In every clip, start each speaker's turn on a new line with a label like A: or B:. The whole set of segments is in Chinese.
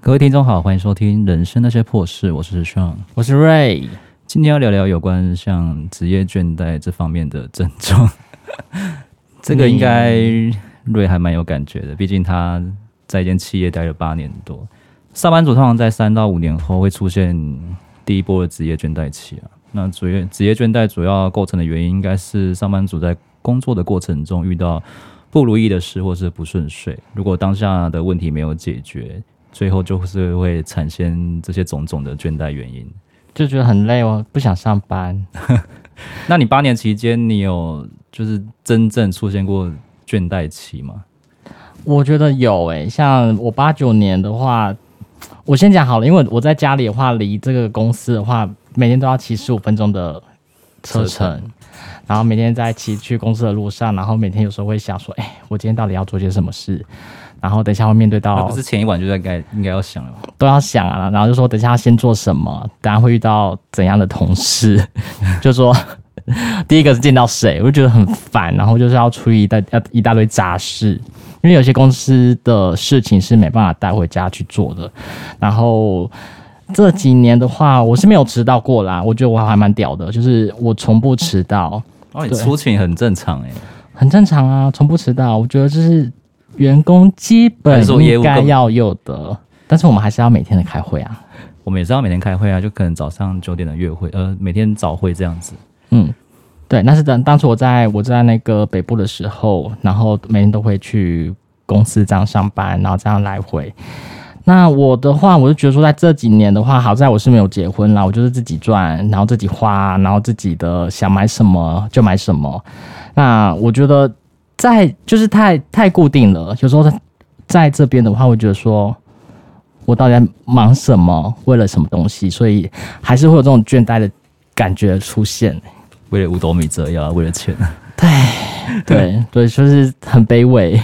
A: 各位听众好，欢迎收听《人生那些破事》，我是 Sean。
B: 我是 Ray，
A: 今天要聊聊有关像职业倦怠这方面的症 状，这个应该瑞还蛮有感觉的，毕竟他在一间企业待了八年多。上班族通常在三到五年后会出现第一波的职业倦怠期啊。那职业职业倦怠主要构成的原因，应该是上班族在工作的过程中遇到不如意的事或是不顺遂，如果当下的问题没有解决，最后就是会产生这些种种的倦怠原因。
B: 就觉得很累，我不想上班。
A: 那你八年期间，你有就是真正出现过倦怠期吗？
B: 我觉得有诶、像我八九年的话，我先讲好了，因为我在家里的话，离这个公司的话，每天都要骑十五分钟的车
A: 车
B: 程，然后每天在骑去公司的路上，然后每天有时候会想说，哎、我今天到底要做些什么事？然后等一下会面对
A: 那
B: 到
A: 不是前一晚就在该应该要想了吗？
B: 都要想啊，然后就说等一下先做什么，等一下会遇到怎样的同事， 就说第一个是见到谁，我就觉得很烦，然后就是要处理一大要一大堆杂事，因为有些公司的事情是没办法带回家去做的，然后。这几年的话，我是没有迟到过啦。我觉得我还蛮屌的，就是我从不迟到，
A: 哦，你
B: 对
A: 出勤很正常哎、
B: 很正常啊，从不迟到。我觉得这是员工基
A: 还
B: 本
A: 是说业务
B: 应该
A: 根本
B: 要有的，但是我们还是要每天的开会啊。
A: 我们也是要每天开会啊，就可能早上九点的约会，呃，每天早会这样子。
B: 嗯，对，那是当当初我在我在那个北部的时候，然后每天都会去公司这样上班，然后这样来回。那我的话，我就觉得说，在这几年的话，好在我是没有结婚啦，我就是自己赚，然后自己花，然后自己的想买什么就买什么。那我觉得在就是太太固定了，有时候在在这边的话，我觉得说我到底在忙什么，为了什么东西，所以还是会有这种倦怠的感觉出现。
A: 为了五斗米折腰啊，为了钱。
B: 对对，就是很卑微。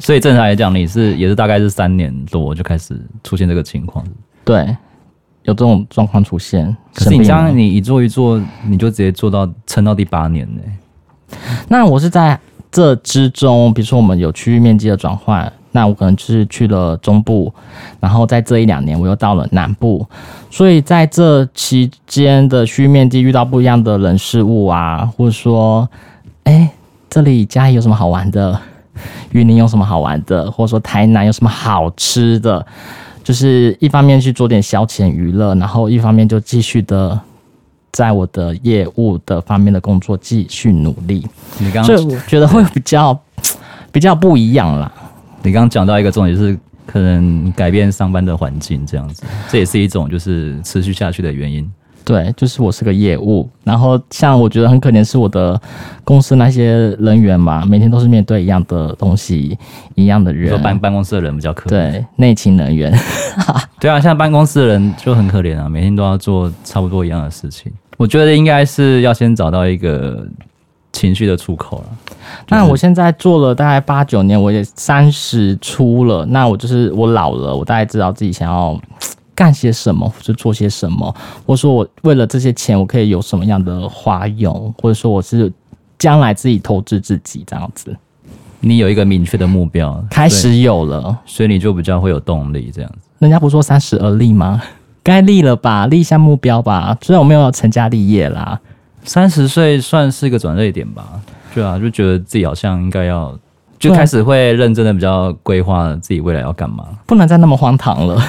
A: 所以正常来讲，你是也是大概是三年多就开始出现这个情况。
B: 对，有这种状况出现。
A: 可是你
B: 生病
A: 这样，
B: 了
A: 你一做一做，你就直接做到撑到第八年呢、
B: 那我是在这之中，比如说我们有区域面积的转换，那我可能就是去了中部，然后在这一两年我又到了南部，所以在这期间的区域面积遇到不一样的人事物啊，或者说，哎、这里嘉义有什么好玩的？云林有什么好玩的？或者说台南有什么好吃的？就是一方面去做点消遣娱乐，然后一方面就继续的在我的业务的方面的工作继续努力。
A: 你刚
B: 所
A: 刚
B: 以我觉得会比较比较不一样啦。
A: 你刚刚讲到一个重点是，可能改变上班的环境这样子，
B: 嗯
A: 这也是一种就是持续下去的原因。
B: 对，就是我是个业务，然后像我觉得很可怜是我的公司那些人员嘛，每天都是面对一样的东西，一样的
A: 比如
B: 人
A: 说，办办公室的人比较可怜，
B: 对内勤人员，
A: 对啊，像办公室的人就很可怜啊，每天都要做差不多一样的事情。我觉得应该是要先找到一个情绪的出口了。
B: 那我现在做了大概八九年，我也三十出了，那我就是我老了，我大概知道自己想要干些什么，或者做些什么，或者说我为了这些钱，我可以有什么样的花用，或者说我是将来自己投资自己这样子，
A: 你有一个明确的目标，
B: 开
A: 所以，
B: 始有了。
A: 所以你就比较会有动力这样子。
B: 人家不说三十而立吗？ 该立了吧，立下目标吧。虽然我没有成家立业啦，
A: 三十岁算是一个转折点吧，对啊，就觉得自己好像应该要，就
B: 对啊
A: 开始会认真的比较规划自己未来要干嘛。
B: 不能再那么荒 唐了。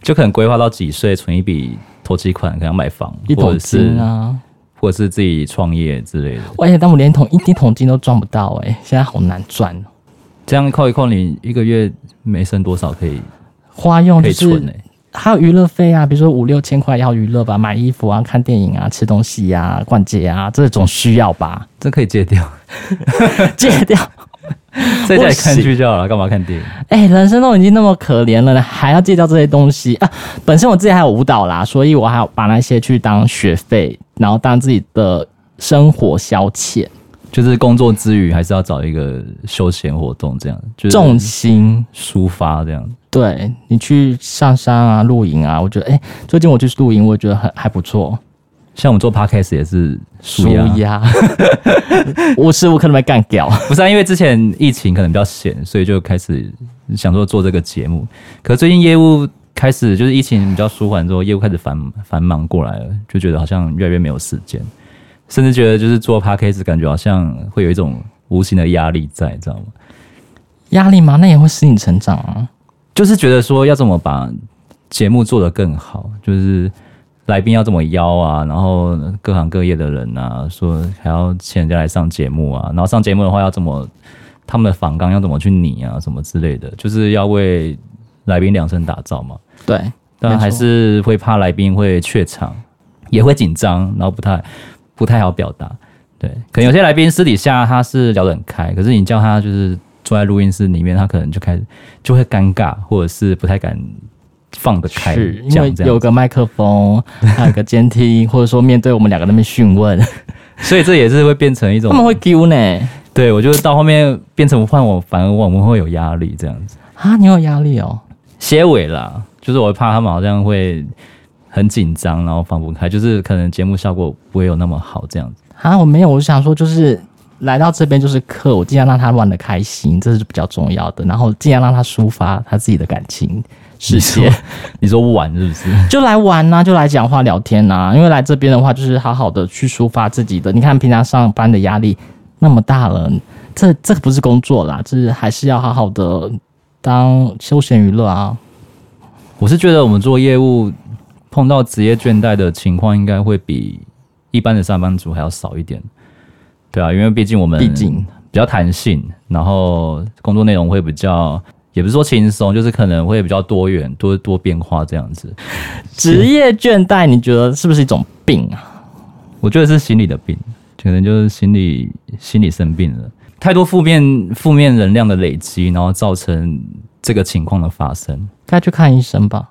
A: 就可能规划到几岁存一笔投期款，可能要买房，
B: 一
A: 或
B: 桶
A: 者是
B: 金啊，
A: 或者是自己创业之类的。
B: 而且但我连桶一滴桶金都赚不到哎、现在好难赚哦。
A: 这样扣一扣，你一个月没剩多少可以
B: 花用
A: 可
B: 哦就
A: 以存欸
B: 是
A: 呢、
B: 还有娱乐费啊，比如说五六千块要娱乐吧，买衣服啊、看电影啊、吃东西啊、逛街啊这种需要吧，
A: 这可以戒掉，
B: 戒掉。
A: 在家里看剧就好了，干嘛看电影？
B: 哎、人生都已经那么可怜了，还要戒掉这些东西啊！本身我自己还有舞蹈啦，所以我还要把那些去当学费，然后当自己的生活消遣
A: 就是工作之余还是要找一个休闲活动，这样就是
B: 重心。
A: 抒发这样。
B: 对你去上山啊、露营啊，我觉得哎、最近我去露营，我觉得很还不错，
A: 像我们做 podcast 也是舒压，
B: 压， 无时无刻都在干掉。
A: 不是、啊、因为之前疫情可能比较闲，所以就开始想说做这个节目，可是最近业务开始就是疫情比较舒缓之后，业务开始繁繁忙过来了，就觉得好像越来越没有时间，甚至觉得就是做 p a c k a g e 感觉好像会有一种无形的压力在，知道吗？
B: 压力吗？那也会使你成长啊。
A: 就是觉得说要怎么把节目做得更好，就是来宾要怎么邀啊，然后各行各业的人啊，说还要请人家来上节目啊，然后上节目的话要怎么他们的访纲要怎么去拟啊，什么之类的，就是要为来宾量身打造嘛。
B: 对，
A: 但
B: 没错
A: 还是会怕来宾会怯场，也会紧张，然后不太不太好表达。对，可能有些来宾私底下他是聊得很开，可是你叫他就是坐在录音室里面，他可能就开始就会尴尬，或者是不太敢放得开
B: 是因为
A: 讲这
B: 有
A: 样。
B: 个麦克风，还有个监听，或者说面对我们两个那边询 问，
A: 所以这也是会变成一
B: 他们
A: 种，
B: 会 Q 呢
A: 对我就是到后面变成换我，反而我们会有压力这样子。
B: 啊，你有压力哦。
A: 结尾啦，就是我怕他们好像会很紧张，然后放不开，就是可能节目效果不会有那么好这样子。
B: 啊，我没有，我想说就是来到这边就是客，我尽量让他玩的开心，这是比较重要的，然后尽量让他抒发他自己的感情世界，
A: 你说 玩是不是？
B: 就来玩啊呐、就来讲话聊天呐、因为来这边的话，就是好好的去抒发自己的。你看平常上班的压力那么大了，这这个不是工作啦，就是还是要好好的当休闲娱乐啊。
A: 我是觉得我们做业务碰到职业倦怠的情况，应该会比一般的上班族还要少一点。对啊，因为毕竟我们
B: 毕竟
A: 比较弹性，然后工作内容会比较，也不是说轻松，就是可能会比较多元、多多变化这样子。
B: 职业倦怠，你觉得是不是一种病啊？
A: 我觉得是心理的病，可能就是心理心理生病了，太多负面负面能量的累积，然后造成这个情况的发生。
B: 该去看医生吧。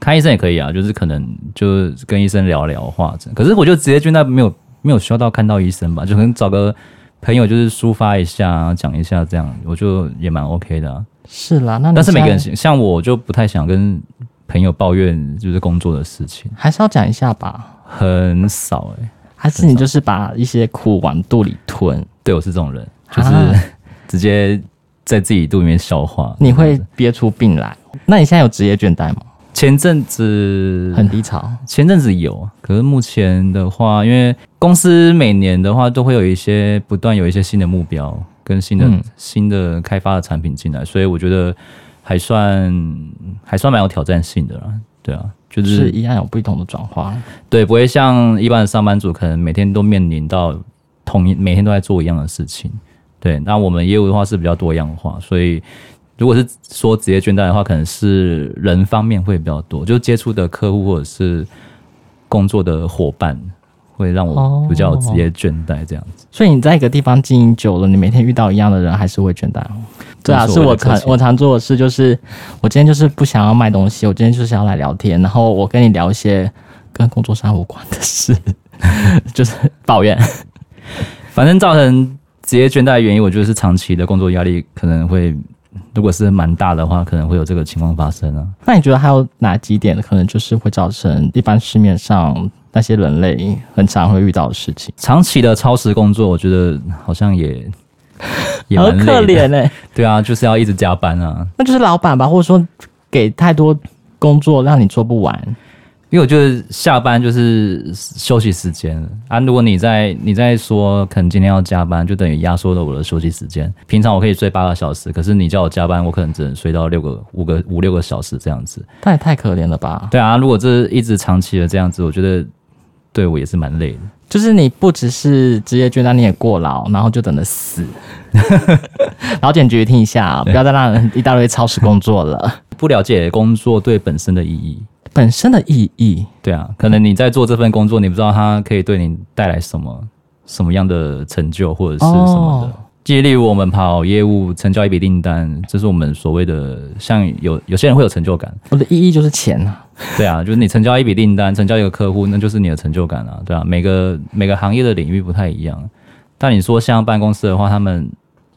A: 看医生也可以啊，就是可能就跟医生聊聊话这样。可是我就直接去那没有没有需要到看到医生吧，就可能找个朋友就是抒发一下，啊讲一下这样，我就也蛮 OK 的、啊。
B: 是啦，那你
A: 但是每个人
B: 现在
A: 像我就不太想跟朋友抱怨就是工作的事情，
B: 还是要讲一下吧，
A: 很少欸诶、
B: 还是你就是把一些苦往肚里吞，
A: 对我是这种人，就是
B: 啊
A: 直接在自己肚里面消化。
B: 你会憋出病来。那你现在有职业倦怠吗？
A: 前阵子
B: 很低潮，
A: 前阵子有，可是目前的话，因为公司每年的话都会有一些不断有一些新的目标跟新的、
B: 嗯
A: 新的开发的产品进来，所以我觉得还算还算蛮有挑战性的啦。对啊，就
B: 就是
A: 是
B: 一样有不同的转化。
A: 对，不会像一般的上班族，可能每天都面临到同一每天都在做一样的事情。对，那我们业务的话是比较多样化，所以如果是说职业倦怠的话，可能是人方面会比较多，就接触的客户或者是工作的伙伴，会让我比较有职业倦怠这样子。
B: 所以你在一个地方经营久了，你每天遇到一样的人，还是会倦怠哦。对啊，
A: 这
B: 是
A: 是我的
B: 我
A: 特
B: 常
A: 性
B: 我常做的事，就是我今天就是不想要卖东西，我今天就是想要来聊天，然后我跟你聊一些跟工作上无关的事， 就是抱怨。
A: 反正造成职业倦怠的原因，我觉得是长期的工作压力可能会，如果是蛮大的话，可能会有这个情况发生啊。
B: 那你觉得还有哪几点可能就是会造成一般市面上那些人类很常会遇到的事情？
A: 长期的超时工作，我觉得好像 也也
B: 好
A: 蛮累的
B: 可怜哎、
A: 对啊，就是要一直加班啊，
B: 那就是老板吧，或者说给太多工作让你做不完。
A: 因为我觉得下班就是休息时间了啊。如果你在你在说可能今天要加班，就等于压缩了我的休息时间。平常我可以睡八个小时，可是你叫我加班，我可能只能睡到六个、五个、五六个小时这样子。
B: 那也太可怜了吧！
A: 对啊，如果这一直长期的这样子，我觉得对我也是蛮累的。
B: 就是你不只是职业倦怠，你也过劳，然后就等着死。 劳检局听一下啊，不要再让人一大堆超时工作了。
A: 不了解工作对本身的意义，
B: 本身的意义，
A: 对啊，可能你在做这份工作，你不知道它可以对你带来什么什么样的成就或者是什么的。
B: 哦
A: 即例如我们跑业务，成交一笔订单，这是我们所谓的像有有些人会有成就感，
B: 我的意义就是钱啊。
A: 对啊，就是你成交一笔订单，成交一个客户，那就是你的成就感啊，对啊，每个每个行业的领域不太一样，但你说像办公室的话，他们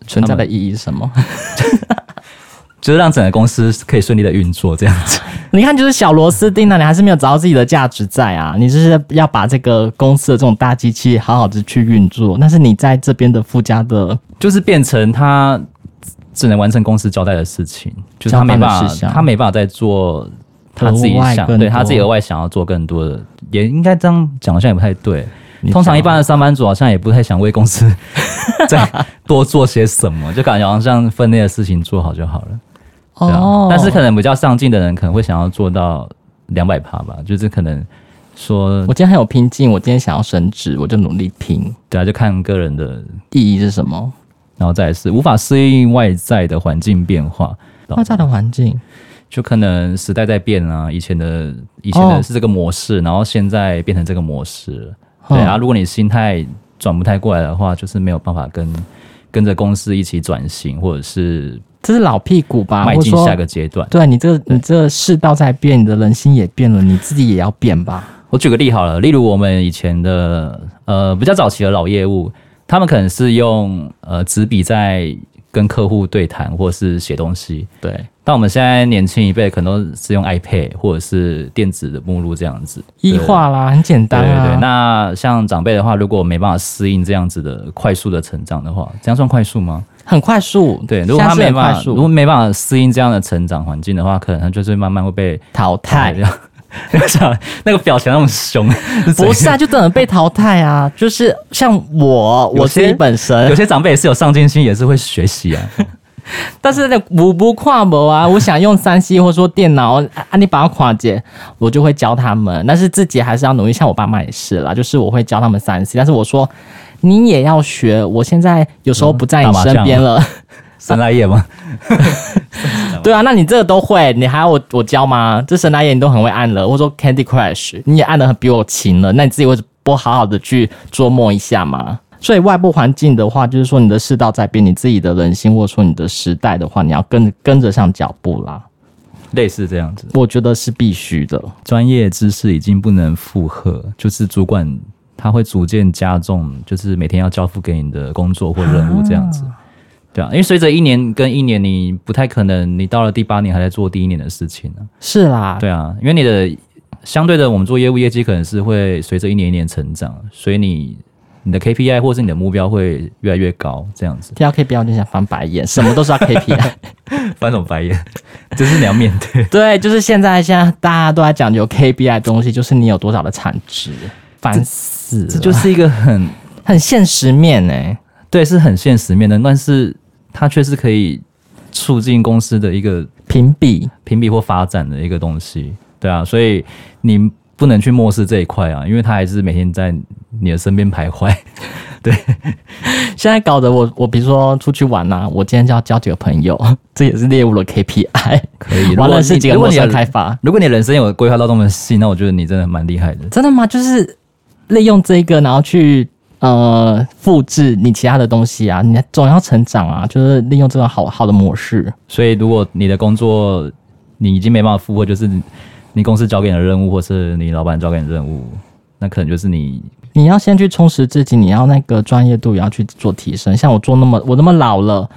B: 存在的意义是什么？
A: 就是让整个公司可以顺利的运作这样子。
B: 你看，就是小螺丝钉呢、你还是没有找到自己的价值在啊！你就是要把这个公司的这种大机器好好的去运作，但是你在这边的附加的，
A: 就是变成他只能完成公司交代的事情，就是
B: 交
A: 他
B: 办的
A: 没办
B: 事
A: 法，
B: 项
A: 他没办法再做他自己
B: 额外
A: 想，
B: 更
A: 对他
B: 多
A: 自己额外想要做更多的，也应该这样讲，好像也不太对。
B: 你
A: 通常
B: 讲
A: 一般的上班族好像也不太想为公司 再多做些什么，就感觉好像分内的事情做好就好了。对啊
B: 哦，
A: 但是可能比较上进的人可能会想要做到两百趴吧，就是可能说
B: 我今天很有拼劲，我今天想要升职，我就努力拼。
A: 对啊，就看个人的，
B: 意义是什么？
A: 然后再来是无法适应外在的环境变化。
B: 外在的环境，
A: 就可能时代在变啊，以前的以前的
B: 哦
A: 是这个模式，然后现在变成这个模式了。对啊，
B: 嗯
A: 如果你心态转不太过来的话，就是没有办法跟跟着公司一起转型，或者是
B: 这是老屁股吧？
A: 迈
B: 啊或者
A: 进
B: 说
A: 下个阶段。
B: 对你这你这世道在变，你的人心也变了，你自己也要变吧？
A: 我举个例好了，例如我们以前的呃比较早期的老业务，他们可能是用呃纸笔在跟客户对谈，或是写东西。
B: 对，
A: 但我们现在年轻一辈可能都是用 iPad 或者是电子的目录这样子，
B: 异化啦，很简单
A: 对对对，
B: 啊。
A: 那像长辈的话，如果没办法适应这样子的快速的成长的话，这样算快速吗？
B: 很快速，
A: 对，如果他
B: 现在
A: 没
B: 是很
A: 办
B: 快
A: 法，如果
B: 速
A: 没办法适应这样的成长环境的话，可能他就是慢慢会被
B: 淘汰，。
A: 那个表情那么凶，
B: 不是啊，就等着被淘汰啊。就是像我，
A: 有
B: 我自己
A: 些
B: 本
A: 有
B: 身，
A: 些长辈也是有上进心，也是会学习啊。
B: 但是那不不跨模啊，我想用三 C 或者说电脑啊，你把它跨界，我就会教他们，但是自己还是要努力。像我爸妈也是啦，就是我会教他们三 C，但是我说你也要学。我现在有时候不在你身边了，
A: 神来也吗？
B: 对啊，那你这个都会，你还要我我教吗？这神来也你都很会按了，或者说 Candy Crush 你也按的很比我勤了，那你自己为什么不好好的去琢磨一下吗？所以外部环境的话，就是说你的世道在变，你自己的人心或者说你的时代的话，你要跟跟着上脚步啦。
A: 类似这样子，
B: 我觉得是必须的。
A: 专业知识已经不能负荷，就是主管他会逐渐加重，就是每天要交付给你的工作或任务这样子。对啊，因为随着一年跟一年，你不太可能，你到了第八年还在做第一年的事情呢、
B: 是啦，。
A: 对啊，因为你的相对的，我们做业务业绩可能是会随着一年一年成长，所以你你的 KPI 或是你的目标会越来越高，这样子
B: 听到 KPI 我就想翻白眼，什么都是要 KPI。
A: 翻什么白眼？就是你要面对。
B: 对，就是现在现在大家都在讲有 KPI 的东西，就是你有多少的产值，烦死了
A: 这就是一个很
B: 很现实面哎、
A: 对，是很现实面的，但是它却是可以促进公司的一个
B: 评比
A: 评比或发展的一个东西，对啊，所以你不能去漠视这一块啊，因为它还是每天在你的身边徘徊。
B: 现在搞得我我比如说出去玩呐、我今天就要交几个朋友， 这也是列入了 KPI。
A: 可以，如
B: 完
A: 果
B: 了是几
A: 你
B: 个
A: 如果
B: 陌
A: 你
B: 生
A: 的
B: 开发，
A: 如果你的人生有规划到这么细，那我觉得你真的蛮厉害的。
B: 真的吗？就是利用这个，然后去呃复制你其他的东西啊，你总要成长啊，就是利用这种好好的模式。
A: 所以如果你的工作你已经没办法负荷，就是你公司交给你的任务，或是你老板交给你的任务，那可能就是你
B: 你要先去充实自己，你要那个专业度也要去做提升。像我做那么我那么老了，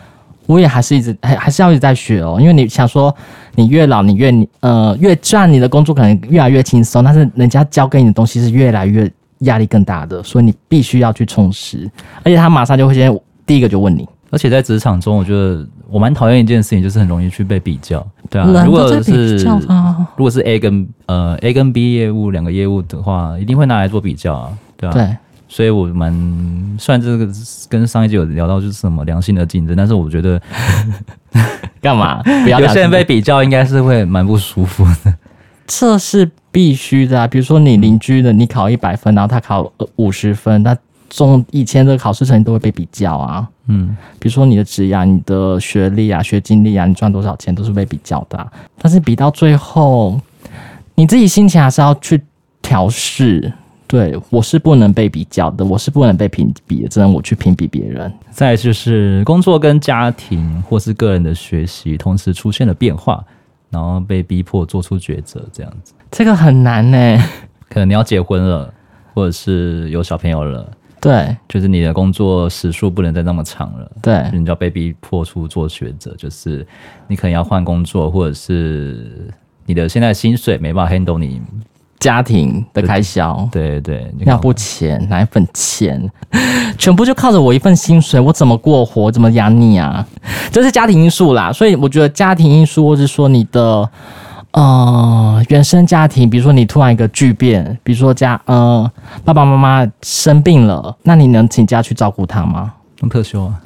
B: 我也还是一直还还是要一直在学哦。因为你想说，你越老你越呃越赚，你的工作可能越来越轻松，但是人家教给你的东西是越来越压力更大的，所以你必须要去充实。而且他马上就会先第一个就问你，
A: 而且在职场中，我觉得我蛮讨厌一件事情，就是很容易去被比较。对啊，
B: 人
A: 如
B: 都
A: 果
B: 在
A: 是
B: 比较啊。
A: 如果是 A 跟呃 A 跟 B 业务两个业务的话，一定会拿来做比较啊，对啊。
B: 对，
A: 所以我蛮虽然这个跟上一集有聊到就是什么良性的竞争，但是我觉得
B: 干嘛？不要
A: 有
B: 讲
A: 些人
B: 这
A: 被
B: 个
A: 比较应该是会蛮不舒服的。
B: 这是必须的啊。比如说你邻居的，你考一百分，然后他考五十分，那中以前的考试成绩都会被比较啊。
A: 嗯，
B: 比如说你的职业、啊、你的学历啊、学经历啊，你赚多少钱都是被比较的啊、但是比到最后，你自己心情还是要去调试。对我是不能被比较的，我是不能被评比的，只能我去评比别人。
A: 再来就是工作跟家庭或是个人的学习同时出现了变化，然后被逼迫做出抉择，这样子。
B: 这个很难呢、
A: 可能你要结婚了，或者是有小朋友了。
B: 对
A: 就是你的工作时数不能再那么长了，
B: 对，
A: 你就要被逼迫出做抉择，就是你可能要换工作，或者是你的现在薪水没办法 handle 你
B: 家庭的开销。
A: 对对，你看
B: 尿布钱、奶粉钱，全部就靠着我一份薪水，我怎么过活？我怎么养你啊？这是家庭因素啦，所以我觉得家庭因素，或是说你的呃原生家庭，比如说你突然一个巨变，比如说家呃爸爸妈妈生病了，那你能请假去照顾他吗？
A: 用特休啊，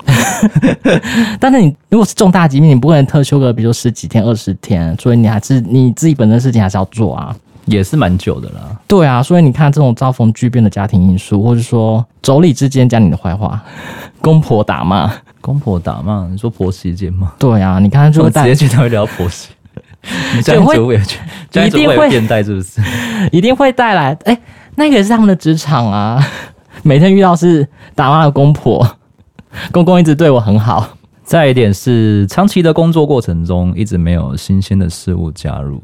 B: 但是你如果是重大疾病，你不可能特休个，比如说十几天、二十天，所以你还是你自己本身事情还是要做啊。
A: 也是蛮久的啦。
B: 对啊，所以你看这种遭逢巨变的家庭因素，或者说妯娌之间讲你的坏话， 公婆打骂，
A: 公婆打骂，你说婆媳间吗？
B: 对啊，你看 就
A: 我
B: 会
A: 直
B: 带
A: 接去他会聊婆媳， 你这
B: 对
A: 样
B: 会
A: 子我也觉得，这样子
B: 一定
A: 我也
B: 会
A: 变态是不是？
B: 一定会带来，哎、那个也是他们的职场啊， 每天遇到是打骂的公婆， 公公一直对我很好，
A: 再一点是，长期的工作过程中一直没有新鲜的事物加入，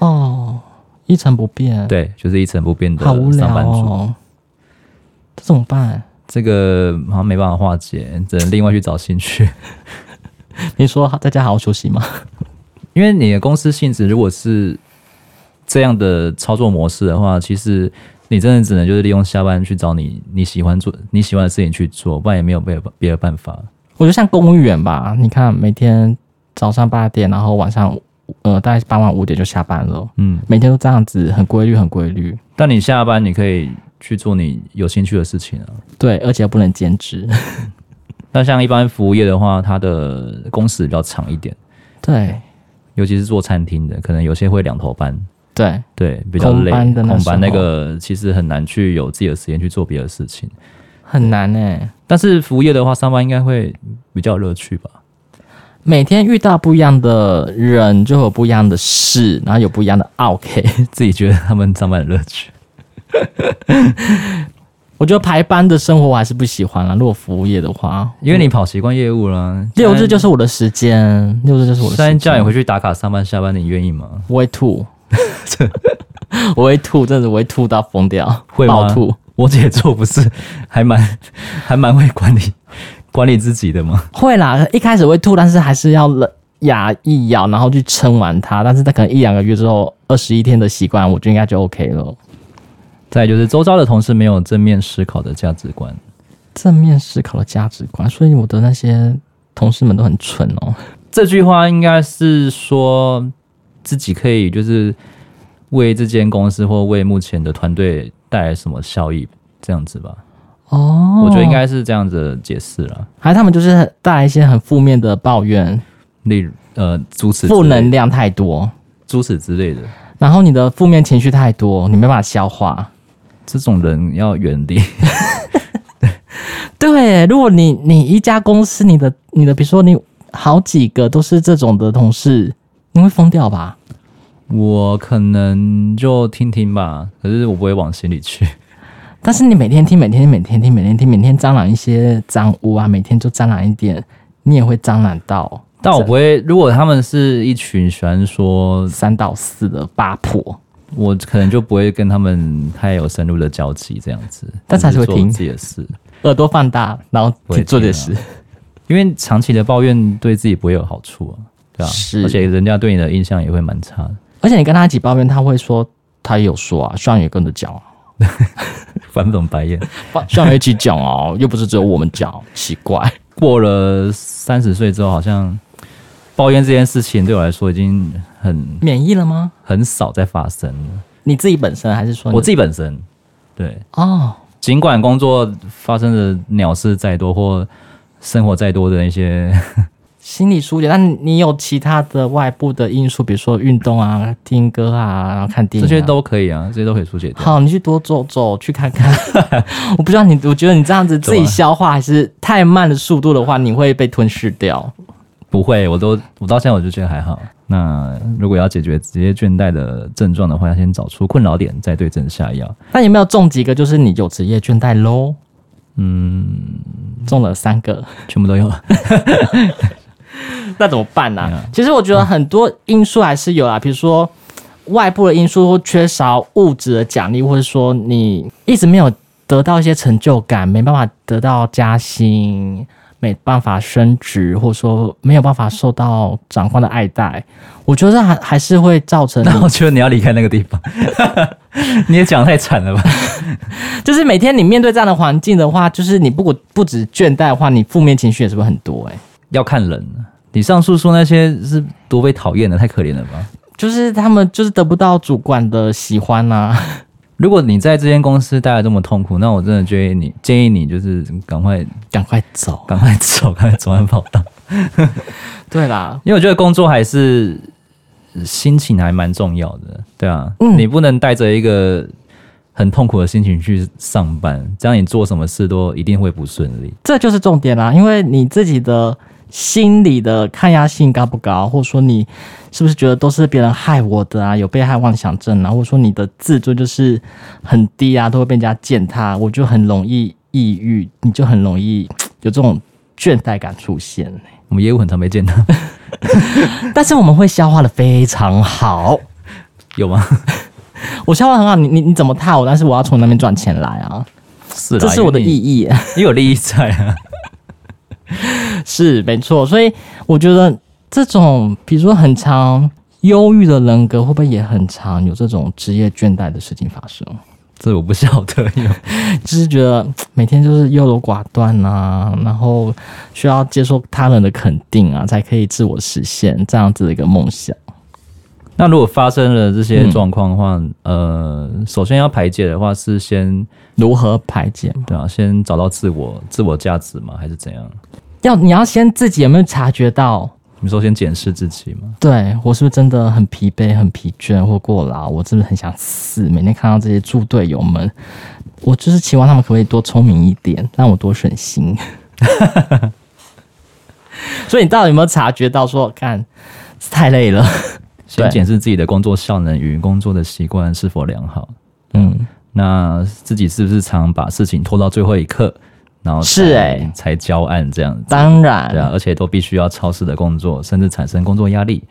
B: 哦，一成不变，，
A: 对，就是一成不变的
B: 好无聊
A: 上班族。
B: 哦，这怎么办？
A: 这个好像没办法化解，只能另外去找兴趣。
B: 你说在家好好休息吗？
A: 因为你的公司性质如果是这样的操作模式的话，其实你真的只能就是利用下班去找你你喜欢做你喜欢的事情去做，不然也没有别的别的办法。
B: 我觉得像公务员吧，你看每天早上八点，然后晚上呃大概傍晚五点就下班了。
A: 嗯，
B: 每天都这样子，很规律，很规律。
A: 但你下班你可以去做你有兴趣的事情啊。
B: 对，而且不能兼职。
A: 那像一般服务业的话，它的工时比较长一点，
B: 对
A: 尤其是做餐厅的，可能有些会两头班，
B: 对，
A: 对，比较
B: 空
A: 累。
B: 班的那
A: 空班
B: 时
A: 那
B: 候
A: 个其实很难去有自己的时间去做别的事情。
B: 很难哎、
A: 但是服务业的话，上班应该会比较有乐趣吧？
B: 每天遇到不一样的人，就有不一样的事，然后有不一样的 OK。
A: 自己觉得他们上班的乐趣。
B: 我觉得排班的生活我还是不喜欢啊了。如果服务业的话，
A: 因为你跑习惯业务了，
B: 六日就是是我的时间，六日就是我的
A: 虽然
B: 时
A: 叫你
B: 间。
A: 回去打卡上班下班，你愿意吗？
B: 我会吐， 我会吐，真的我会吐到疯掉，
A: 会吗
B: 暴吐。
A: 我姐做不是 还蛮还蛮会管理管理自己的吗？
B: 会啦，一开始会吐，但是还是要忍牙一咬，然后去撑完它。但是它可能一两个月之后，二十一天的习惯，我就应该就 OK 了。
A: 再来就是周遭的同事没有正面思考的价值观，
B: 正面思考的价值观，所以我的那些同事们都很蠢哦。
A: 这句话应该是说自己可以就是为这间公司或为目前的团队带来什么效益，这样子吧。
B: 哦
A: 我觉得应该是这样子的解释了。
B: 还是他们就是带来一些很负面的抱怨，
A: 例如呃，诸此之
B: 负
A: 类
B: 能量太多，
A: 诸此之类的，
B: 然后你的负面情绪太多，你没办法消化。
A: 这种人要远离。
B: 对，如果你你一家公司，你的你的比如说你好几个都是这种的同事，你会疯掉吧？
A: 我可能就听听吧，可是我不会往心里 去。
B: 但是你每天听，每天听，每天听，每天听，每天沾染一些脏污啊，每天就沾染一点，你也会沾染到
A: 但我不会，如果他们是一群喜欢说，
B: 三到四的八婆。
A: 我可能就不会跟他们太有深入的交集这样子。
B: 但是还是会
A: 做
B: 听
A: 自己的事，
B: 耳朵放大，然后
A: 不会听啊
B: 做点事，
A: 因为长期的抱怨对自己不会有好处啊，对啊，
B: 是
A: 而且人家对你的印象也会蛮差的，
B: 而且你跟他一起抱怨，他会说他也有说啊，希望也跟着讲啊，
A: 翻不懂白眼。
B: 希望也一起讲哦，又不是只有我们讲，奇怪。
A: 过了三十岁之后，好像抱怨这件事情对我来说已经很
B: 免疫了吗？
A: 很少再发生了。
B: 你自己本身还是哦说你
A: 我自己本身，对，
B: 哦，
A: 尽管工作发生的鸟事再多，或生活再多的一些，
B: 心理疏解，但你有其他的外部的因素，比如说运动啊、听歌啊，然后看电影、
A: 这
B: 啊，
A: 些都可以啊，这些都可以疏解掉。
B: 好，你去多走走，去看看。 我不知道你，我觉得你这样子自己消化还是太慢的速度的话，你会被吞噬掉。
A: 不会，我都我到现在我就觉得还好。那如果要解决职业倦怠的症状的话，要先找出困扰点，再对症下药。
B: 那有没有中几个？就是你有职业倦怠喽？嗯，中了三个，
A: 全部都有，
B: 那怎么办呢、
A: Yeah.
B: 其实我觉得很多因素还是有啦，比如说外部的因素，或缺少物质的奖励，或者说你一直没有得到一些成就感，没办法得到加薪，没办法升职，或者说没有办法受到长官的爱戴，我觉得还还是会造 成
A: 那我觉得你要离开那个地方， 你也讲太惨了吧？
B: 就是每天你面对这样的环境的话，就是你不不止倦怠的话，你负面情绪也是会很多哎、
A: 要看人啊。你上述说那些是多被讨厌的，太可怜了吧？
B: 就是他们就是得不到主管的喜欢啊呐、
A: 如果你在这间公司待的这么痛苦，那我真的建议你，建议你就是赶快
B: 赶快走。
A: 赶快走， 赶快走完跑道，
B: 对啦，
A: 因为我觉得工作还是呃心情还蛮重要的，对啊，
B: 嗯
A: 你不能带着一个很痛苦的心情去上班，这样你做什么事都一定会不顺利。
B: 这就是重点啦，因为你自己的心理的抗压性高不高，或者说你是不是觉得都是别人害我的啊，有被害妄想症啊，或者说你的自尊就是很低啊，都会被人家践踏，我就很容易抑郁，你就很容易有这种倦怠感出现。
A: 我们业务很常被见到，
B: 但是我们会消化的非常好，
A: 有吗？
B: 我消化很好，你你你怎么踏我？但是我要从那边赚钱来啊，
A: 是啦，
B: 这是我的
A: 因
B: 意
A: 为你，
B: 义。
A: 因为有利益在啊。
B: 是没错，所以我觉得这种比如说很常忧郁的人格，会不会也很常有这种职业倦怠的事情发生？
A: 这我不晓得有，
B: 就是觉得嘖每天就是优柔寡断啊，然后需要接受他人的肯定啊，才可以自我实现这样子的一个梦想。
A: 那如果发生了这
B: 嗯
A: 些状况的话，呃，首先要排解的话是先
B: 如何排解嘛？
A: 对啊，先找到自我自我价值吗？还是怎样？
B: 要你要先自己有没有察觉到
A: 你说先检视自己吗？
B: 对我是不是真的很疲惫、很疲倦或过劳？我真的很想死。每天看到这些猪队友们，我就是期望他们可不可以多聪明一点，让我多省心。 所以你到底有没有察觉到说，看太累 了？
A: 先
B: 对
A: 检视自己的工作效能与工作的习惯是否良好。
B: 嗯，
A: 那自己是不是常把事情拖到最后一刻，然后才
B: 是欸
A: 才交案这样子？
B: 当然，
A: 对啊，而且都必须要超时的工作，甚至产生工作压力。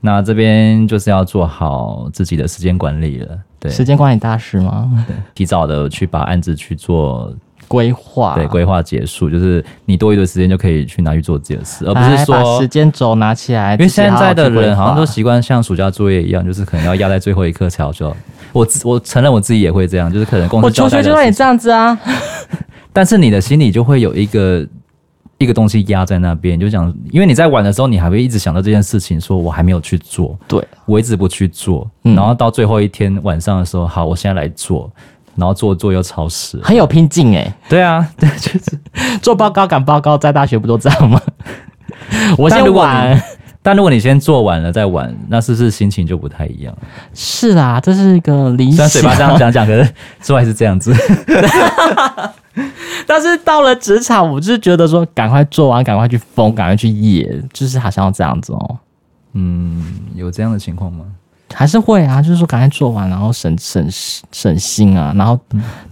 A: 那这边就是要做好自己的时间管理了，对，
B: 时间管理大师吗？
A: 提早的去把案子去做
B: 规划，
A: 对规划结束，就是你多余的时间就可以去拿去做自己的事，而不
B: 来
A: 是
B: 把
A: 说
B: 时间轴拿起来，
A: 因为
B: 自己
A: 现
B: 好好
A: 在的
B: 去规
A: 人好像都
B: 划
A: 习惯像暑假作业一样，就是可能要压在最后一刻才好交。我自我承认我自己也会这样，就是可能公司
B: 我求
A: 交代
B: 学就
A: 的
B: 让
A: 事
B: 你
A: 情，
B: 这样子啊，
A: 但是你的心里就会有一个一个东西压在那边，你就想，因为你在玩的时候，你还会一直想到这件事情，说我还没有去做，
B: 对，
A: 我一直不去做，
B: 嗯
A: 然后到最后一天晚上的时候，好，我现在来做，然后做做又超时了，
B: 很有拼劲哎、
A: 对啊，对，
B: 做报告赶报告，在大学不都这 样吗？我
A: 但
B: 先
A: 如果你
B: 玩，
A: 但如果你先做完了再玩，那是不是心情就不太一样？
B: 是啦，这是一个理
A: 虽然。嘴
B: 想
A: 巴这样讲讲，可 是做还是这样子。
B: 但是到了职场，我就是觉得说，赶快做完，赶快去疯，赶快去野，就是好像要这样子哦。
A: 嗯，有这样的情况吗？
B: 还是会啊，就是说赶快做完，然后省省省心啊，然后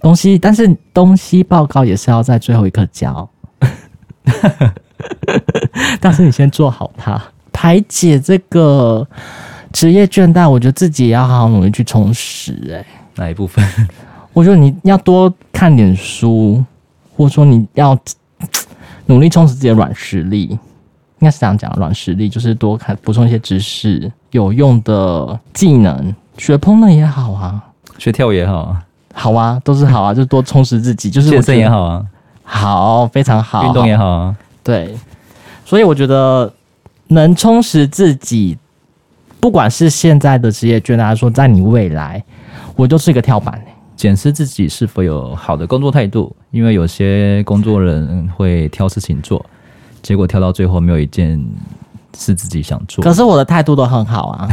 B: 东西，但是东西报告也是要在最后一刻交。 但是你先做好它，排解这个职业倦怠，我觉得自己也要好好努力去充实、欸。
A: 哪一部分？
B: 我觉得你要多看点书，或者说你要努力充实自己的软实力，应该是这样讲，软实力就是多看补充一些知识、有用的技能，学烹饪也好啊，
A: 学跳舞也好啊，
B: 好啊，都是好啊，就 多充实自己，就是
A: 健
B: 我觉
A: 身
B: 得
A: 也，好啊，
B: 好，非常好，
A: 运动也
B: 好，
A: 好啊，
B: 对，所以我觉得能充实自己，不管是现在的职业倦怠，还是说在你未来，我就是一个跳板、
A: 检视自己是否有好的工作态度，因为有些工作人会挑事情做，结果挑到最后没有一件是自己想做
B: 可，是我的态度都很好啊。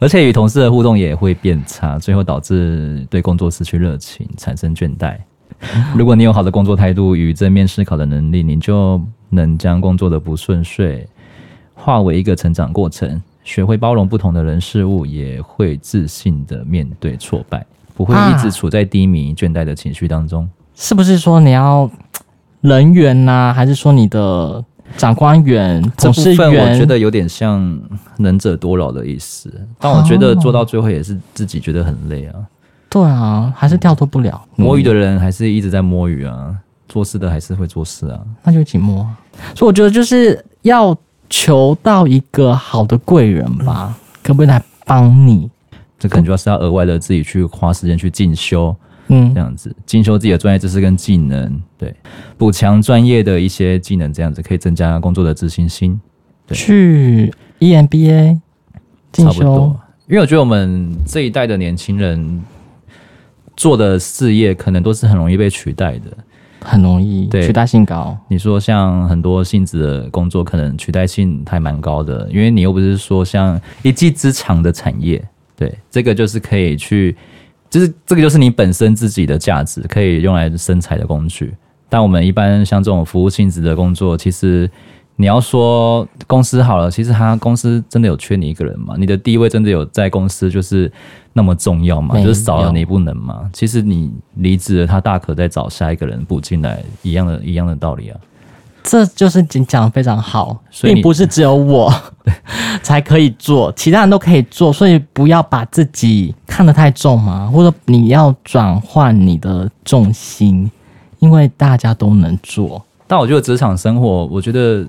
A: 而且与同事的互动也会变差，最后导致对工作失去热情，产生倦怠。 如果你有好的工作态度与正面思考的能力，你就能将工作的不顺遂化为一个成长过程，学会包容不同的人事物，也会自信的面对挫败，不会一直处在低迷、倦怠的情绪当中。
B: 是不是说你要人员呐、还是说你的长官员、
A: 这
B: 董
A: 部
B: 事
A: 分我
B: 员？
A: 觉得有点像能者多劳的意思，但我觉得做到最后也是自己觉得很累啊。
B: 对啊，还是跳脱不了。
A: 摸鱼
B: 嗯
A: 的人还是一直在摸鱼啊，做事的还是会做事啊。
B: 那就寂寞。所以我觉得就是要求到一个好的贵人吧，
A: 嗯
B: 可不可以来帮你？
A: 这可能就是要额外的自己去花时间去进修，
B: 嗯
A: 这，样子进修自己的专业知识跟技能，对，补强专业的一些技能，这样子可以增加工作的自信心，对
B: 去 E EMBA 进
A: 差不
B: 修
A: 多。。因为我觉得我们这一代的年轻人做的事业，可能都是很容易被取代的。
B: 很容易，
A: 对
B: 取代性高。
A: 你说像很多性质的工作，可能取代性还蛮高的，因为你又不是说像一技之长的产业，对，这个就是可以去，就是这个就是你本身自己的价值，可以用来生财的工具。但我们一般像这种服务性质的工作，其实你要说公司好了，其实他公司真的有缺你一个人吗？你的地位真的有在公司就是那么重要吗？
B: 没有
A: 就是少了你不能吗？其实你离职了，他大可再找下一个人补进来，一样的一样的道理啊。
B: 这就是你讲的非常好，
A: 所以你
B: 并不是只有 我才可以做，其他人都可以做，所以不要把自己看得太重嘛，或者你要转换你的重心，因为大家都能做。
A: 但我觉得职场生活，我觉得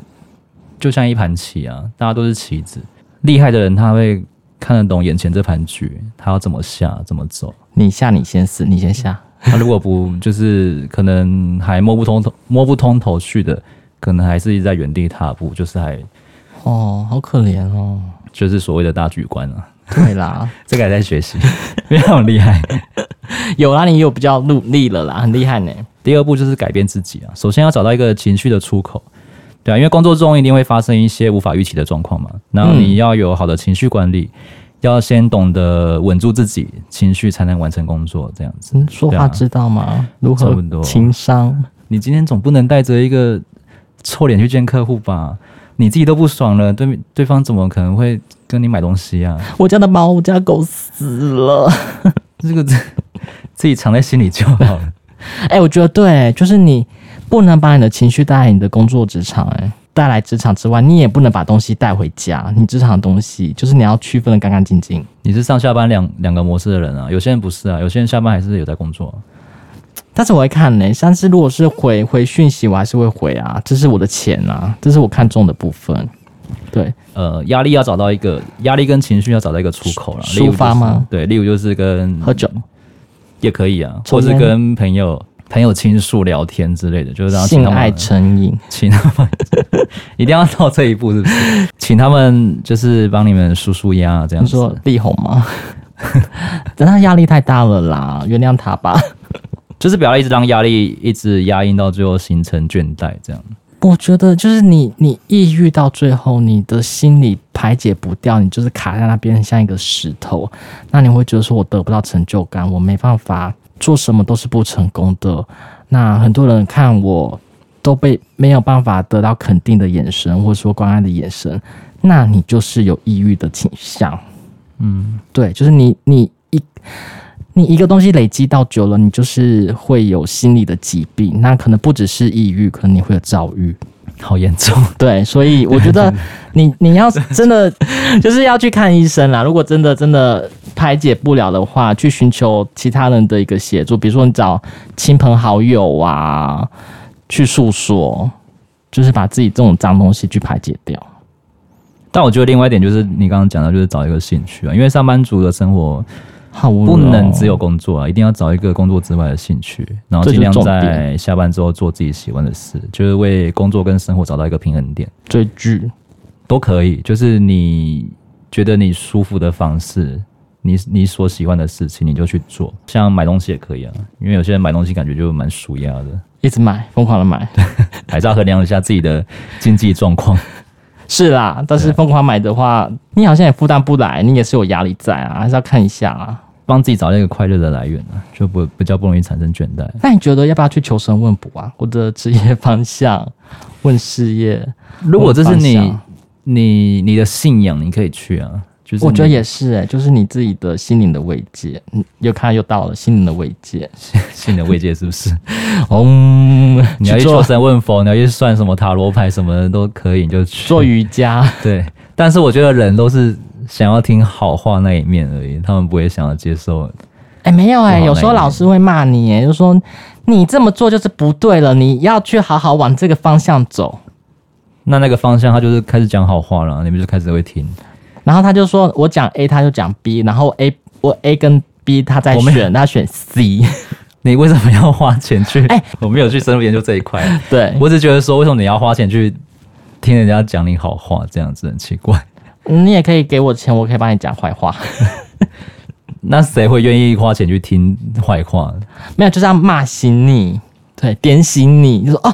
A: 就像一盘棋啊，大家都是棋子，厉害的人他会看得懂眼前这盘局，他要怎么下，怎么走。
B: 你下你先死，你先下，
A: 他如果不就是可能还摸不通头摸不通头绪的，可能还是一直在原地踏步，就是还
B: 哦，好可怜哦。
A: 就是所谓的大局观啊，
B: 对啦，
A: 这个还在学习， 非常厉害。
B: 有啦，你有比较努力了啦，很厉害呢。
A: 第二步就是改变自己啊，首先要找到一个情绪的出口，对啊，因为工作中一定会发生一些无法预期的状况嘛，然后你要有好的情绪管理，要先懂得稳住自己情绪，才能完成工作。这样子，
B: 嗯说
A: 对
B: 话
A: 啊
B: 知道吗？如
A: 差
B: 何
A: 不多
B: 情商？
A: 你今天总不能带着一个臭脸去见客户吧？你自己都不爽了，对对方怎么可能会跟你买东西啊？
B: 我家的猫，我家狗死了。
A: 这个 自己藏在心里就好了。
B: 哎、我觉得对，就是你不能把你的情绪带来你的工作职场、哎，带来职场之外，你也不能把东西带回家。你职场的东西，就是你要区分的干干净净。
A: 你是上下班两两个模式的人啊，有些人不是啊，有些人下班还是有在工作啊、
B: 但是我会看呢、但是如果是回回讯息，我还是会回啊，这是我的钱啊，这是我看中的部分。对，
A: 呃，压力要找到一个压力跟情绪要找到一个出口了，
B: 抒
A: 例如就是
B: 发吗？
A: 对，例如就是跟
B: 喝酒、
A: 也可以啊，
B: 抽
A: 或是
B: 烟
A: 跟朋友朋友倾诉聊天之类的，就是让请
B: 性
A: 他们
B: 爱成瘾，
A: 请他们 一定要到这一步，是不是？请他们就是帮你们舒舒压啊这样
B: 你
A: 子。
B: 说力宏吗？ 等他压力太大了啦，原谅他吧。
A: 就是不要一直让压力一直压抑到最后形成倦怠这样。
B: 我觉得就是你，你抑郁到最后，你的心理排解不掉，你就是卡在那边，像一个石头。那你会觉得说，我得不到成就感，我没办法做什么都是不成功的。那很多人看我都被没有办法得到肯定的眼神，或者说关爱的眼神，那你就是有抑郁的倾向。
A: 嗯，
B: 对，就是你你一你一个东西累积到久了，你就是会有心理的疾病。那可能不只是抑郁，可能你会有躁郁。
A: 好严重。
B: 对，所以我觉得你你要真的 就是要去看医生啦。如果真的真的排解不了的话，去寻求其他人的一个协助，比如说你找亲朋好友啊，去诉说，就是把自己这种脏东西去排解掉。
A: 但我觉得另外一点就是你刚刚讲到，就是找一个兴趣啊，因为上班族的生活
B: 好无聊
A: 不能只有工作啊，一定要找一个工作之外的兴趣，然后
B: 哦这
A: 尽
B: 就是
A: 量
B: 重点
A: 在下班之后做自己喜欢的事，就是为工作跟生活找到一个平衡点，
B: 追剧，
A: 都可以。就是你觉得你舒服的方式，你你所喜欢的事情，你就去做。像买东西也可以啊，因为有些人买东西感觉就蛮舒压的，
B: 一直买，疯狂的买，
A: 还是要衡量一下自己的经济状 况。
B: 是啦。但是
A: 对
B: 疯狂买的话，你好像也负担不来，你也是有压力在啊，还是要看一下啊。
A: 帮自己找到一个快乐的来源啊，就不比较不容易产生倦怠。
B: 那你觉得要不要去求神问卜啊？我的职业方向，问事业，
A: 如果这是
B: 问
A: 你
B: 方
A: 你你的信仰，你可以去啊。就是
B: 向我觉得
A: 你
B: 也是哎、就是你自己的心灵的慰藉。嗯，又看又到了心灵的慰 藉。
A: 信的慰藉，是不 是？
B: 嗯，
A: 你要
B: 去
A: 去
B: 做
A: 求神问佛，你要去算什么塔罗牌什么的都可以，你就去
B: 做瑜伽，
A: 对。但是我觉得人都是想要听好话那一面而已，他们不会想要接受
B: 哎、没有哎、
A: 不好
B: 有时候
A: 那一
B: 老
A: 面
B: 师会骂你、哎，就说你这么做就是不对了，你要去好好往这个方向走。
A: 那那个方向他就是开始讲好话了，你们就开始会听。
B: 然后他就说我讲 A，他就讲 B，然后 A 我 A 跟 B 他在
A: 我们
B: 选，他选 C，
A: 你为什么要花钱去？
B: 哎
A: 我没有去深入研究这一块，
B: 对，
A: 我只觉得说，为什么你要花钱去听人家讲你好话，这样子很奇怪。
B: 你也可以给我钱，我可以帮你讲坏话。
A: 那谁会愿意花钱去听坏话？
B: 没有，就是要骂醒你，对，点醒你，就说哦，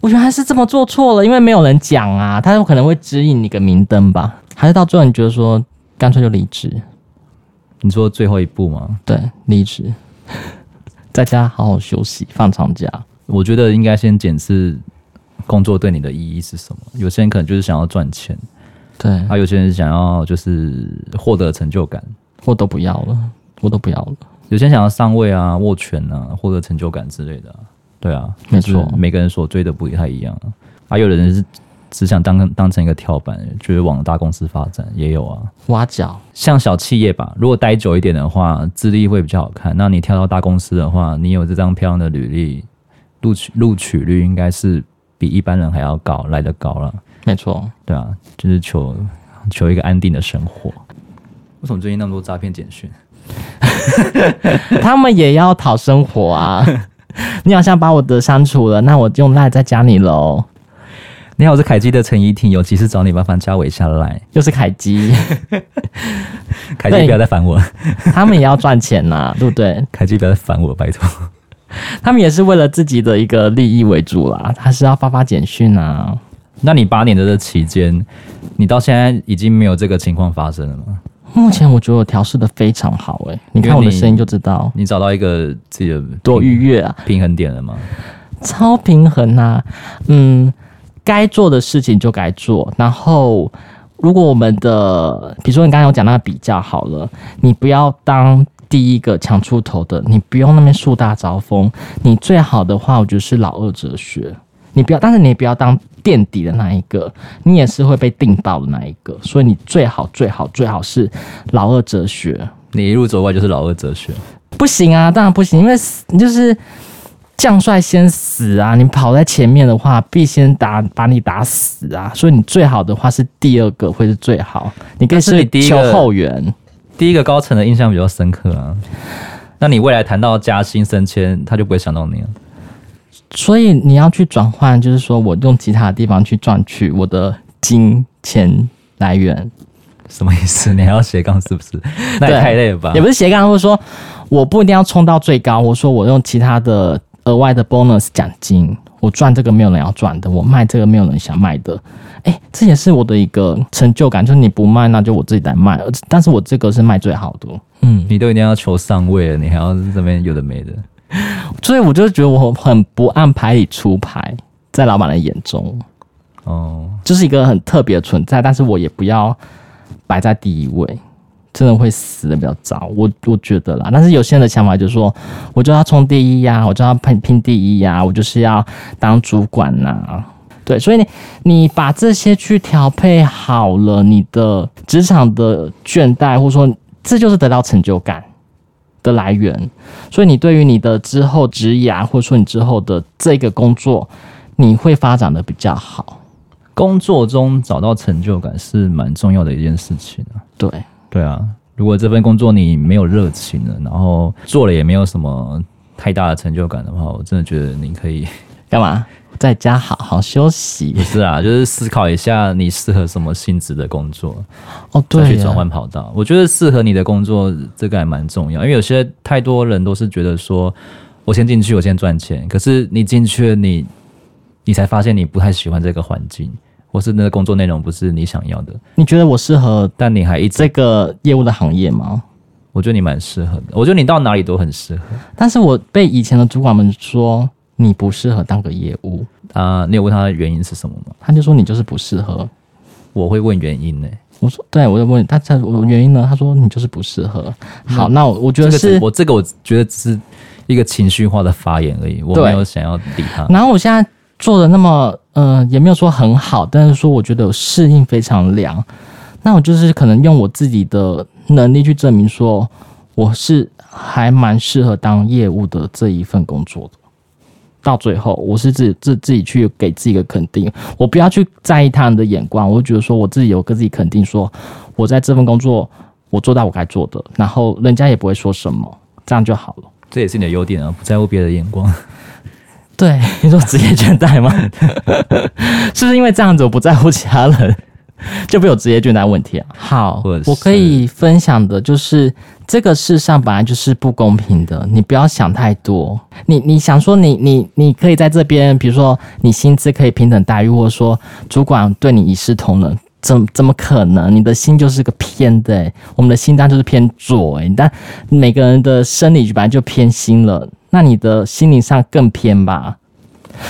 B: 我原来是这么做错了，因为没有人讲啊，他有可能会指引你个明灯吧，还是到最后你觉得说干脆就离职，
A: 你说最后一步吗？
B: 对，离职， 在家好好休息，放长假。
A: 我觉得应该先检视工作对你的意义是什么。有些人可能就是想要赚钱，
B: 对，
A: 啊，有些人想要就是获得成就感，
B: 我都不要了，我都不要了。
A: 有些人想要上位啊、握拳啊、获得成就感之类的啊、对啊，
B: 没错
A: 就是每个人所追的不太一样啊。啊，有的人是只想当当成一个跳板，就是往大公司发展，也有啊。
B: 挖角，
A: 像小企业吧，如果待久一点的话，资历会比较好看。那你跳到大公司的话，你有这张漂亮的履历，录取录取率应该是比一般人还要高，来得高了，
B: 没错，
A: 对啊，就是求求一个安定的生活。为什么最近那么多诈骗简讯？
B: 他们也要讨生活啊。 你好像把我的删除了，那我用赖再加你喽。
A: 你好，我是凯基的陈怡婷，有急事找你，麻烦加我一下来。
B: 又是凯基，
A: 凯基
B: 对
A: 不要再烦我，
B: 他们也要赚钱呐、对不对？
A: 凯基不要再烦我，拜托。
B: 他们也是为了自己的一个利益为主啦，他是要发发简讯啊。
A: 那你八年的这期间，你到现在已经没有这个情况发生了吗？
B: 目前我觉得我调试的非常好诶、你看我的声音就知道
A: 你找到一个自己的
B: 多愉悦啊，
A: 平衡点了吗？
B: 超平衡啊。嗯，该做的事情就该做，然后。如果我们的，比如说你刚才有讲那个比较好了，你不要当第一个抢出头的，你不用那边树大招风，你最好的话，我觉得是老二哲学。你不要，但是你也不要当垫底的那一个，你也是会被定到的那一个，所以你最好最好最好是老二哲学。
A: 你一路走过来就是老二哲学，
B: 不行啊，当然不行，因为死你就是将帅先死啊！你跑在前面的话，必先打把你打死啊！所以你最好的话是第二个会是最好，你可以
A: 但是你第一
B: 求
A: 个
B: 后援。
A: 第一个高层的印象比较深刻啊。那你未来谈到加薪升迁，他就不会想到你了。
B: 所以你要去转换，就是说我用其他的地方去赚取我的金钱来源，
A: 什么意思？你还要斜杠是不 是？那也
B: 对
A: 太累了吧
B: 也？不是斜杠，或者说我不一定要冲到最高，我说我用其他的额外的 bonus 奖金，我赚这个没有人要赚的，我卖这个没有人想卖的，哎、这也是我的一个成就感，就是你不卖，那就我自己来卖，而但是我这个是卖最好的，嗯，
A: 你都一定要求上位了，你还要这边有的没的。
B: 所以我就觉得我很不按牌理出牌，在老板的眼中，
A: 哦，
B: 就是一个很特别的存在，但是我也不要摆在第一位，真的会死的比较早。我我觉得啦，但是有些人的想法就是说，我就要冲第一呀、我就要拼拼第一呀、我就是要当主管呐、对，所以你你把这些去调配好了，你的职场的倦怠，或者说这就是得到成就感的来源。所以你对于你的之后职涯，或者说你之后的这个工作，你会发展的比较好。
A: 工作中找到成就感是蛮重要的一件事情啊。
B: 对，
A: 对啊，如果这份工作你没有热情了，然后做了也没有什么太大的成就感的话，我真的觉得你可以
B: 干嘛？在家好好休息
A: 不是啊，就是思考一下你适合什么性质的工作。
B: 哦。
A: 再
B: 对
A: 去转
B: 耶，
A: 换跑道。我觉得适合你的工作这个还蛮重要，因为有些太多人都是觉得说，我先进去，我先赚钱。可是你进去了你，你才发现你不太喜欢这个环境，或是那个工作内容不是你想要的。
B: 你觉得我适合
A: 但你还一直，
B: 这个业务的行业吗？
A: 我觉得你蛮适合的。我觉得你到哪里都很适合
B: 但是我被以前的主管们说你不适合当个业务，
A: 啊、你有问他的原因是什么吗？
B: 他就说你就是不适合。
A: 我会问原因呢、
B: 我说对，我就问他这我原因呢？他说你就是不适合。好，那我我觉
A: 这
B: 得
A: 个只
B: 是。
A: 我这个我觉得只是一个情绪化的发言而已，我
B: 对
A: 没有想要理他。
B: 然后我现在做的那么，呃，也没有说很好，但是说我觉得我适应非常良。那我就是可能用我自己的能力去证明说，我是还蛮适合当业务的这一份工作的。到最后，我是自自自己去给自己一个肯定，我不要去在意他人的眼光，我就觉得说我自己有个自己肯定说，我在这份工作我做到我该做的，然后人家也不会说什么，这样就好了。
A: 这也是你的优点啊，不在乎别人的眼光。
B: 对， 你说职业倦怠吗？ 是不是因为这样子我不在乎其他人， 就没有职业倦怠问题啊？好
A: 或者，是
B: 我可以分享的就是这个世上本来就是不公平的，你不要想太多。你你想说你你你可以在这边，比如说你薪资可以平等待遇，或者说主管对你一视同仁。怎怎么可能？你的心就是个偏的、欸，我们的心脏就是偏左、欸，但每个人的生理本来就偏心了，那你的心灵上更偏吧。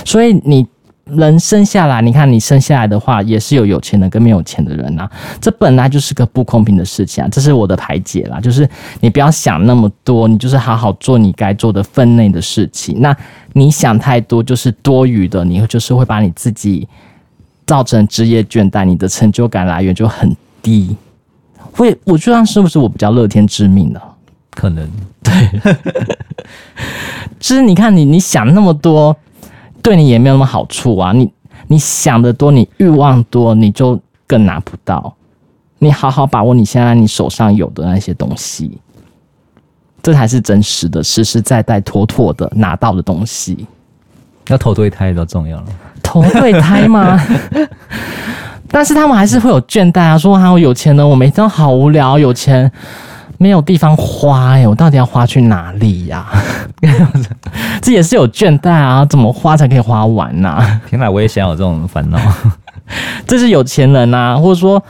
B: 所以你人生下来，你看你生下来的话，也是有有钱人跟没有钱的人呐、啊这本来就是个不公平的事情啊，这是我的排解啦。就是你不要想那么多，你就是好好做你该做的分内的事情。那你想太多就是多余的，你就是会把你自己造成职业倦怠，你的成就感来源就很低。会，我就算是不是我比较乐天知命呢、
A: 可能
B: 就是你看你你想那么多，对你也没有那么好处啊。你你想的多，你欲望多，你就更拿不到。你好好把握你现在你手上有的那些东西，这才是真实的、实实在在、妥妥的拿到的东西。
A: 要投对胎比较重要了。
B: 投对胎吗？但是他们还是会有倦怠啊，说还有有钱人，我每天都好无聊，有钱没有地方花哎、我到底要花去哪里呀、 这也是有倦怠啊，怎么花才可以花完啊呐、
A: 天哪，我也想有这种烦恼。
B: 这是有钱人呐、或者说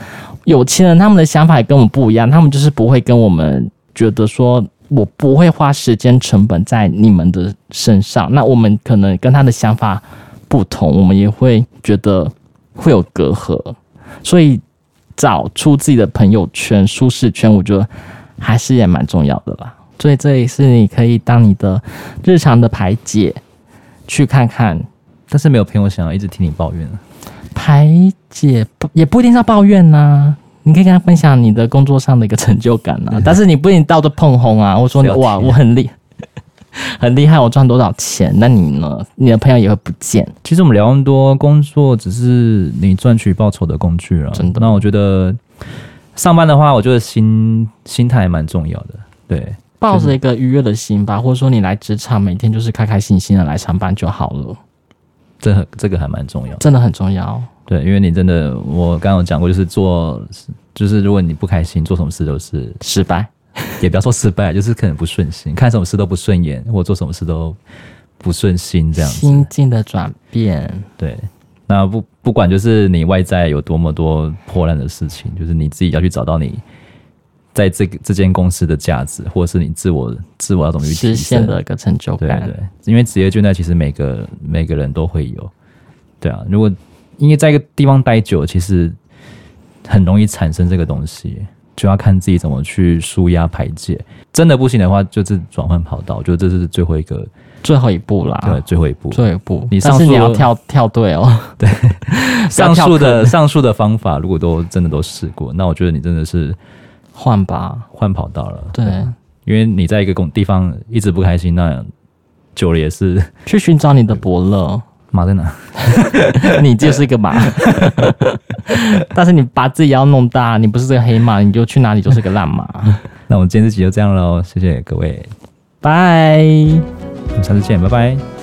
B: 有钱人他们的想法也跟我们不一样，他们就是不会跟我们觉得说我不会花时间成本在你们的身上，那我们可能跟他的想法不同，我们也会觉得会有隔阂，所以找出自己的朋友圈、舒适圈，我觉得还是也蛮重要的啦。所以这也是你可以当你的日常的排解，去看看
A: 但是没有朋友想要一直听你抱怨啊。
B: 排解不也不一定是要抱怨呐、你可以跟他分享你的工作上的一个成就感 啊，但是你不一定到这碰红啊。我说你
A: 了解
B: 哇，我很厉， 很厉害，我赚多少钱？那你呢？你的朋友也会不见。
A: 其实我们聊那么多，工作只是你赚取报酬的工具了。
B: 真的
A: 那我觉得上班的话，我觉得心心态还蛮重要的。对，
B: 抱着一个愉悦的心吧，或者说你来职场，每天就是开开心心的来上班就好了，
A: 这很这个还蛮重要。
B: 真的很重要。
A: 对，因为你真的，我刚刚有讲过，就是做，就是如果你不开心，做什么事都是，
B: 失败，
A: 也不要说失败，就是可能不顺心，看什么事都不顺眼，或者做什么事都不顺心这样子。
B: 心境的转变，
A: 对，那不不管就是你外在有多么多破烂的事情，就是你自己要去找到你在这个这间公司的价值，或者是你自我自我要怎么去提
B: 实现
A: 升。
B: 的一个成就
A: 对
B: 感。
A: 对，因为职业倦怠其实每个每个人都会有，对啊，如果因为在一个地方待久，其实很容易产生这个东西，就要看自己怎么去舒压排解。真的不行的话，就是转换跑道，我觉得这是最后一个
B: 最后一步啦，
A: 对最后一步。
B: 最后一步。
A: 你
B: 但
A: 上
B: 是
A: 述
B: 你要跳跳对哦，
A: 上述
B: 不要跳
A: 的 上述的方法，如果都真的都试过，那我觉得你真的是
B: 换吧。
A: 换跑道了。
B: 对，
A: 因为你在一个工地方一直不开心，那久了也是
B: 去寻找你的伯乐，
A: 马在哪？
B: 你就是一个马。 但是你把自己要弄大，你不是这个黑马，你就去哪里就是个烂马。
A: 那我们今天这集就这样喽，谢谢各位，
B: 拜。
A: 我们下次见，拜拜。